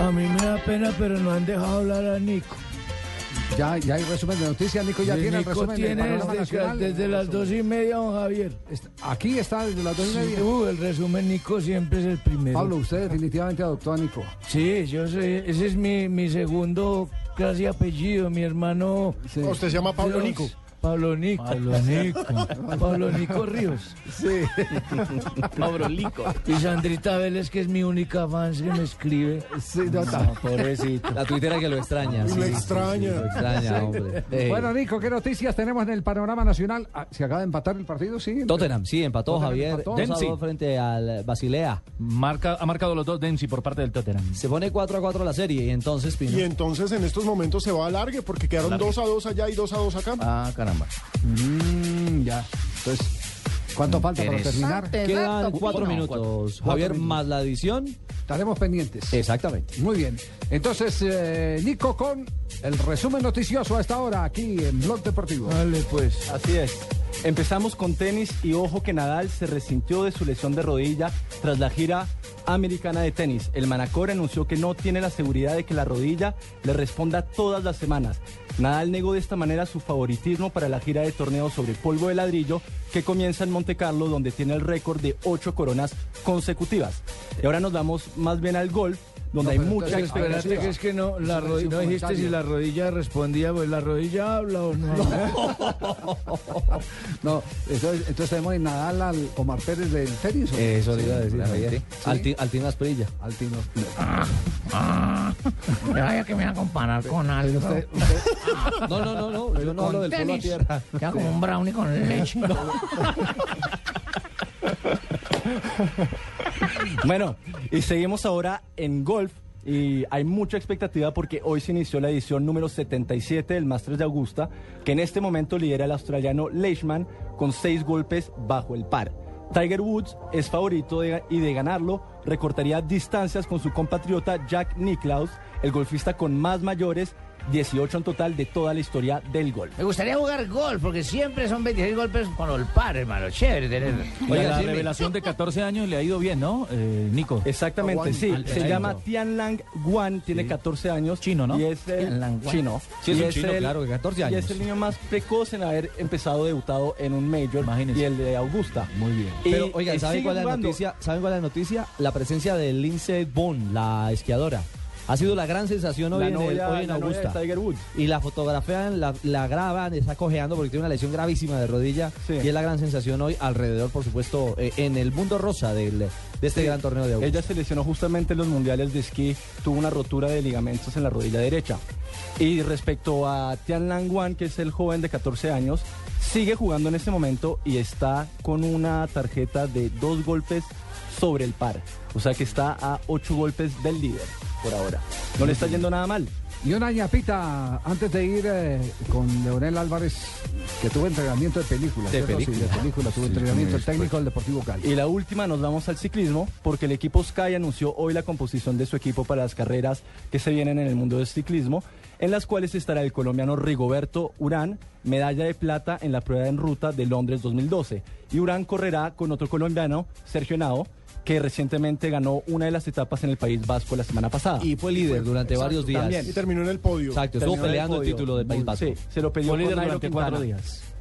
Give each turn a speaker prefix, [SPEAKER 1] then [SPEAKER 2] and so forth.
[SPEAKER 1] A mí me da pena, pero no han dejado hablar a Nico.
[SPEAKER 2] Ya, ya hay resumen de noticias, Nico, ya tiene el
[SPEAKER 1] Nico
[SPEAKER 2] resumen del
[SPEAKER 1] tiene
[SPEAKER 2] panorama
[SPEAKER 1] desde,
[SPEAKER 2] nacional.
[SPEAKER 1] desde las dos y media, don Javier.
[SPEAKER 2] Está- Aquí está desde las dos y media.
[SPEAKER 1] Uh, el resumen, Nico siempre es el primero.
[SPEAKER 2] Pablo, usted definitivamente adoptó a Nico.
[SPEAKER 1] Sí, yo sé, ese es mi, mi segundo casi apellido, mi hermano...
[SPEAKER 2] Sí.
[SPEAKER 3] Usted se llama Pablo Nico.
[SPEAKER 1] Pablo Nico. Pablo Nico. Pablo Nico Ríos.
[SPEAKER 2] Sí.
[SPEAKER 1] Y Sandrita Vélez, que es mi única fan que me escribe.
[SPEAKER 2] Sí, no, está.
[SPEAKER 4] Pobrecito. La tuitera que lo extraña.
[SPEAKER 3] Lo
[SPEAKER 4] sí, lo
[SPEAKER 3] extraña.
[SPEAKER 4] extraña, hombre. Ey.
[SPEAKER 2] Bueno, Nico, ¿qué noticias tenemos en el panorama nacional? Ah, ¿Se acaba de empatar el partido? Sí.
[SPEAKER 4] Tottenham, sí, empató
[SPEAKER 2] Tottenham
[SPEAKER 4] Javier.
[SPEAKER 2] empató.
[SPEAKER 4] Dos a
[SPEAKER 5] Dempsey.
[SPEAKER 4] dos frente al Basilea.
[SPEAKER 5] Marca, ha marcado los dos Dempsey por parte del Tottenham.
[SPEAKER 4] Se pone 4 a 4 la serie y entonces Pino.
[SPEAKER 3] Y entonces en estos momentos se va a largue porque quedaron 2 a 2 allá y 2 a 2 acá.
[SPEAKER 5] Ah, caramba.
[SPEAKER 2] Mm, ya. Entonces, ¿cuánto falta para terminar?
[SPEAKER 4] Quedan 4 minutos. Javier más la adición.
[SPEAKER 2] Estaremos pendientes.
[SPEAKER 4] Exactamente.
[SPEAKER 2] Muy bien. Entonces, eh, Nico con el resumen noticioso a esta hora aquí en Blog Deportivo.
[SPEAKER 1] Vale, pues.
[SPEAKER 6] Así es. Empezamos con tenis y ojo que Nadal se resintió de su lesión de rodilla tras la gira americana de tenis. El Manacor anunció que no tiene la seguridad de que la rodilla le responda todas las semanas. Nadal negó de esta manera su favoritismo para la gira de torneo sobre polvo de ladrillo que comienza en Monte Carlo donde tiene el récord de ocho coronas consecutivas. Y ahora nos vamos más bien al golf donde hay
[SPEAKER 2] pero
[SPEAKER 6] mucha
[SPEAKER 2] entonces,
[SPEAKER 6] expectativa.
[SPEAKER 1] Espérate que es que no, la
[SPEAKER 2] Eso
[SPEAKER 1] rodi-
[SPEAKER 2] pareció
[SPEAKER 1] no
[SPEAKER 2] un
[SPEAKER 1] dijiste si
[SPEAKER 2] comentario.
[SPEAKER 1] la rodilla respondía, pues la rodilla habla o no.
[SPEAKER 2] No, entonces, entonces tenemos en Nadal al Omar Pérez del tenis. ¿o qué?
[SPEAKER 4] Eso le iba a decir
[SPEAKER 2] seguramente.
[SPEAKER 4] Javier.
[SPEAKER 2] Sí.
[SPEAKER 4] Alti- Altín Asprilla.
[SPEAKER 2] Al Tino.
[SPEAKER 5] Me vaya que me van a comparar con algo.
[SPEAKER 4] No, no, no, no. Yo no hablo del polo a tierra.
[SPEAKER 5] Queda como un brownie con leche.
[SPEAKER 6] Bueno, y seguimos ahora en golf. Y hay mucha expectativa porque hoy se inició la edición número 77 del Masters de Augusta, que en este momento lidera el australiano Leishman con seis golpes bajo el par. Tiger Woods es favorito de- y de ganarlo recortaría distancias con su compatriota Jack Nicklaus, el golfista con más mayores, 18 en total de toda la historia del golf.
[SPEAKER 5] Me gustaría jugar golf, porque siempre son 26 golpes con el par, hermano. Chévere tener.
[SPEAKER 4] Oiga,
[SPEAKER 5] la
[SPEAKER 4] Jimmy.
[SPEAKER 5] revelación de 14 años le ha ido bien, ¿no, eh, Nico?
[SPEAKER 6] Exactamente, sí.
[SPEAKER 5] Al-
[SPEAKER 6] Se
[SPEAKER 5] al-
[SPEAKER 6] llama Tianlang Guan, tiene 14 años.
[SPEAKER 5] Chino, ¿no?
[SPEAKER 6] Y es el
[SPEAKER 5] Tianlang Guan.
[SPEAKER 6] chino.
[SPEAKER 4] Sí, es
[SPEAKER 6] Y
[SPEAKER 4] un chino, claro, de 14
[SPEAKER 6] Y
[SPEAKER 4] años.
[SPEAKER 6] es el niño más precoz en haber empezado debutado en un major.
[SPEAKER 5] Imagínese.
[SPEAKER 6] Y el de Augusta.
[SPEAKER 2] Muy bien.
[SPEAKER 6] Y-
[SPEAKER 4] Pero,
[SPEAKER 6] y
[SPEAKER 4] oigan,
[SPEAKER 6] sigue
[SPEAKER 4] ¿saben cuál es la
[SPEAKER 6] jugando.
[SPEAKER 4] noticia? ¿Saben cuál es la noticia? La presencia de Lindsey Vonn, la esquiadora. Ha sido la gran sensación hoy,
[SPEAKER 6] La
[SPEAKER 4] en, el-
[SPEAKER 6] novia-
[SPEAKER 4] hoy en
[SPEAKER 6] la novia de
[SPEAKER 4] Augusta.
[SPEAKER 6] Tiger Woods.
[SPEAKER 4] Y la fotografían, la, la graban, está cojeando porque tiene una lesión gravísima de rodilla.
[SPEAKER 6] Sí.
[SPEAKER 4] Y es la gran sensación hoy alrededor, por supuesto, eh, en el mundo rosa del, de este gran torneo de Augusta.
[SPEAKER 6] Ella se lesionó justamente en los mundiales de esquí, tuvo una rotura de ligamentos en la rodilla derecha. Y respecto a Tian Langwan, que es el joven de 14 años, sigue jugando en este momento y está con una tarjeta de dos golpes sobre el par. O sea que está a ocho golpes del líder por ahora. No le está yendo nada mal.
[SPEAKER 2] Y una ñapita antes de ir eh, con Leonel Álvarez, que tuvo entrenamiento de película.
[SPEAKER 4] De
[SPEAKER 2] ¿cierto? Sí,
[SPEAKER 4] película.
[SPEAKER 2] de película, tuvo entrenamiento el técnico del Deportivo Cali.
[SPEAKER 6] Y la última nos vamos al ciclismo porque el equipo Sky anunció hoy la composición de su equipo para las carreras que se vienen en el mundo del ciclismo, en las cuales estará el colombiano Rigoberto Urán, medalla de plata en la prueba en ruta de Londres 2012. Y Urán correrá con otro colombiano, Sergio Henao, que recientemente ganó una de las etapas en el País Vasco la semana pasada.
[SPEAKER 4] Y fue líder durante varios días.
[SPEAKER 6] también.
[SPEAKER 3] Y terminó en el podio.
[SPEAKER 4] Exacto, estuvo
[SPEAKER 6] Terminó en
[SPEAKER 4] peleando el
[SPEAKER 6] podio.
[SPEAKER 4] título del País Vasco.
[SPEAKER 6] Sí, se lo peleó
[SPEAKER 5] Fue
[SPEAKER 6] con
[SPEAKER 5] líder
[SPEAKER 6] Nairo
[SPEAKER 5] durante cuatro
[SPEAKER 6] Quintana.
[SPEAKER 5] días.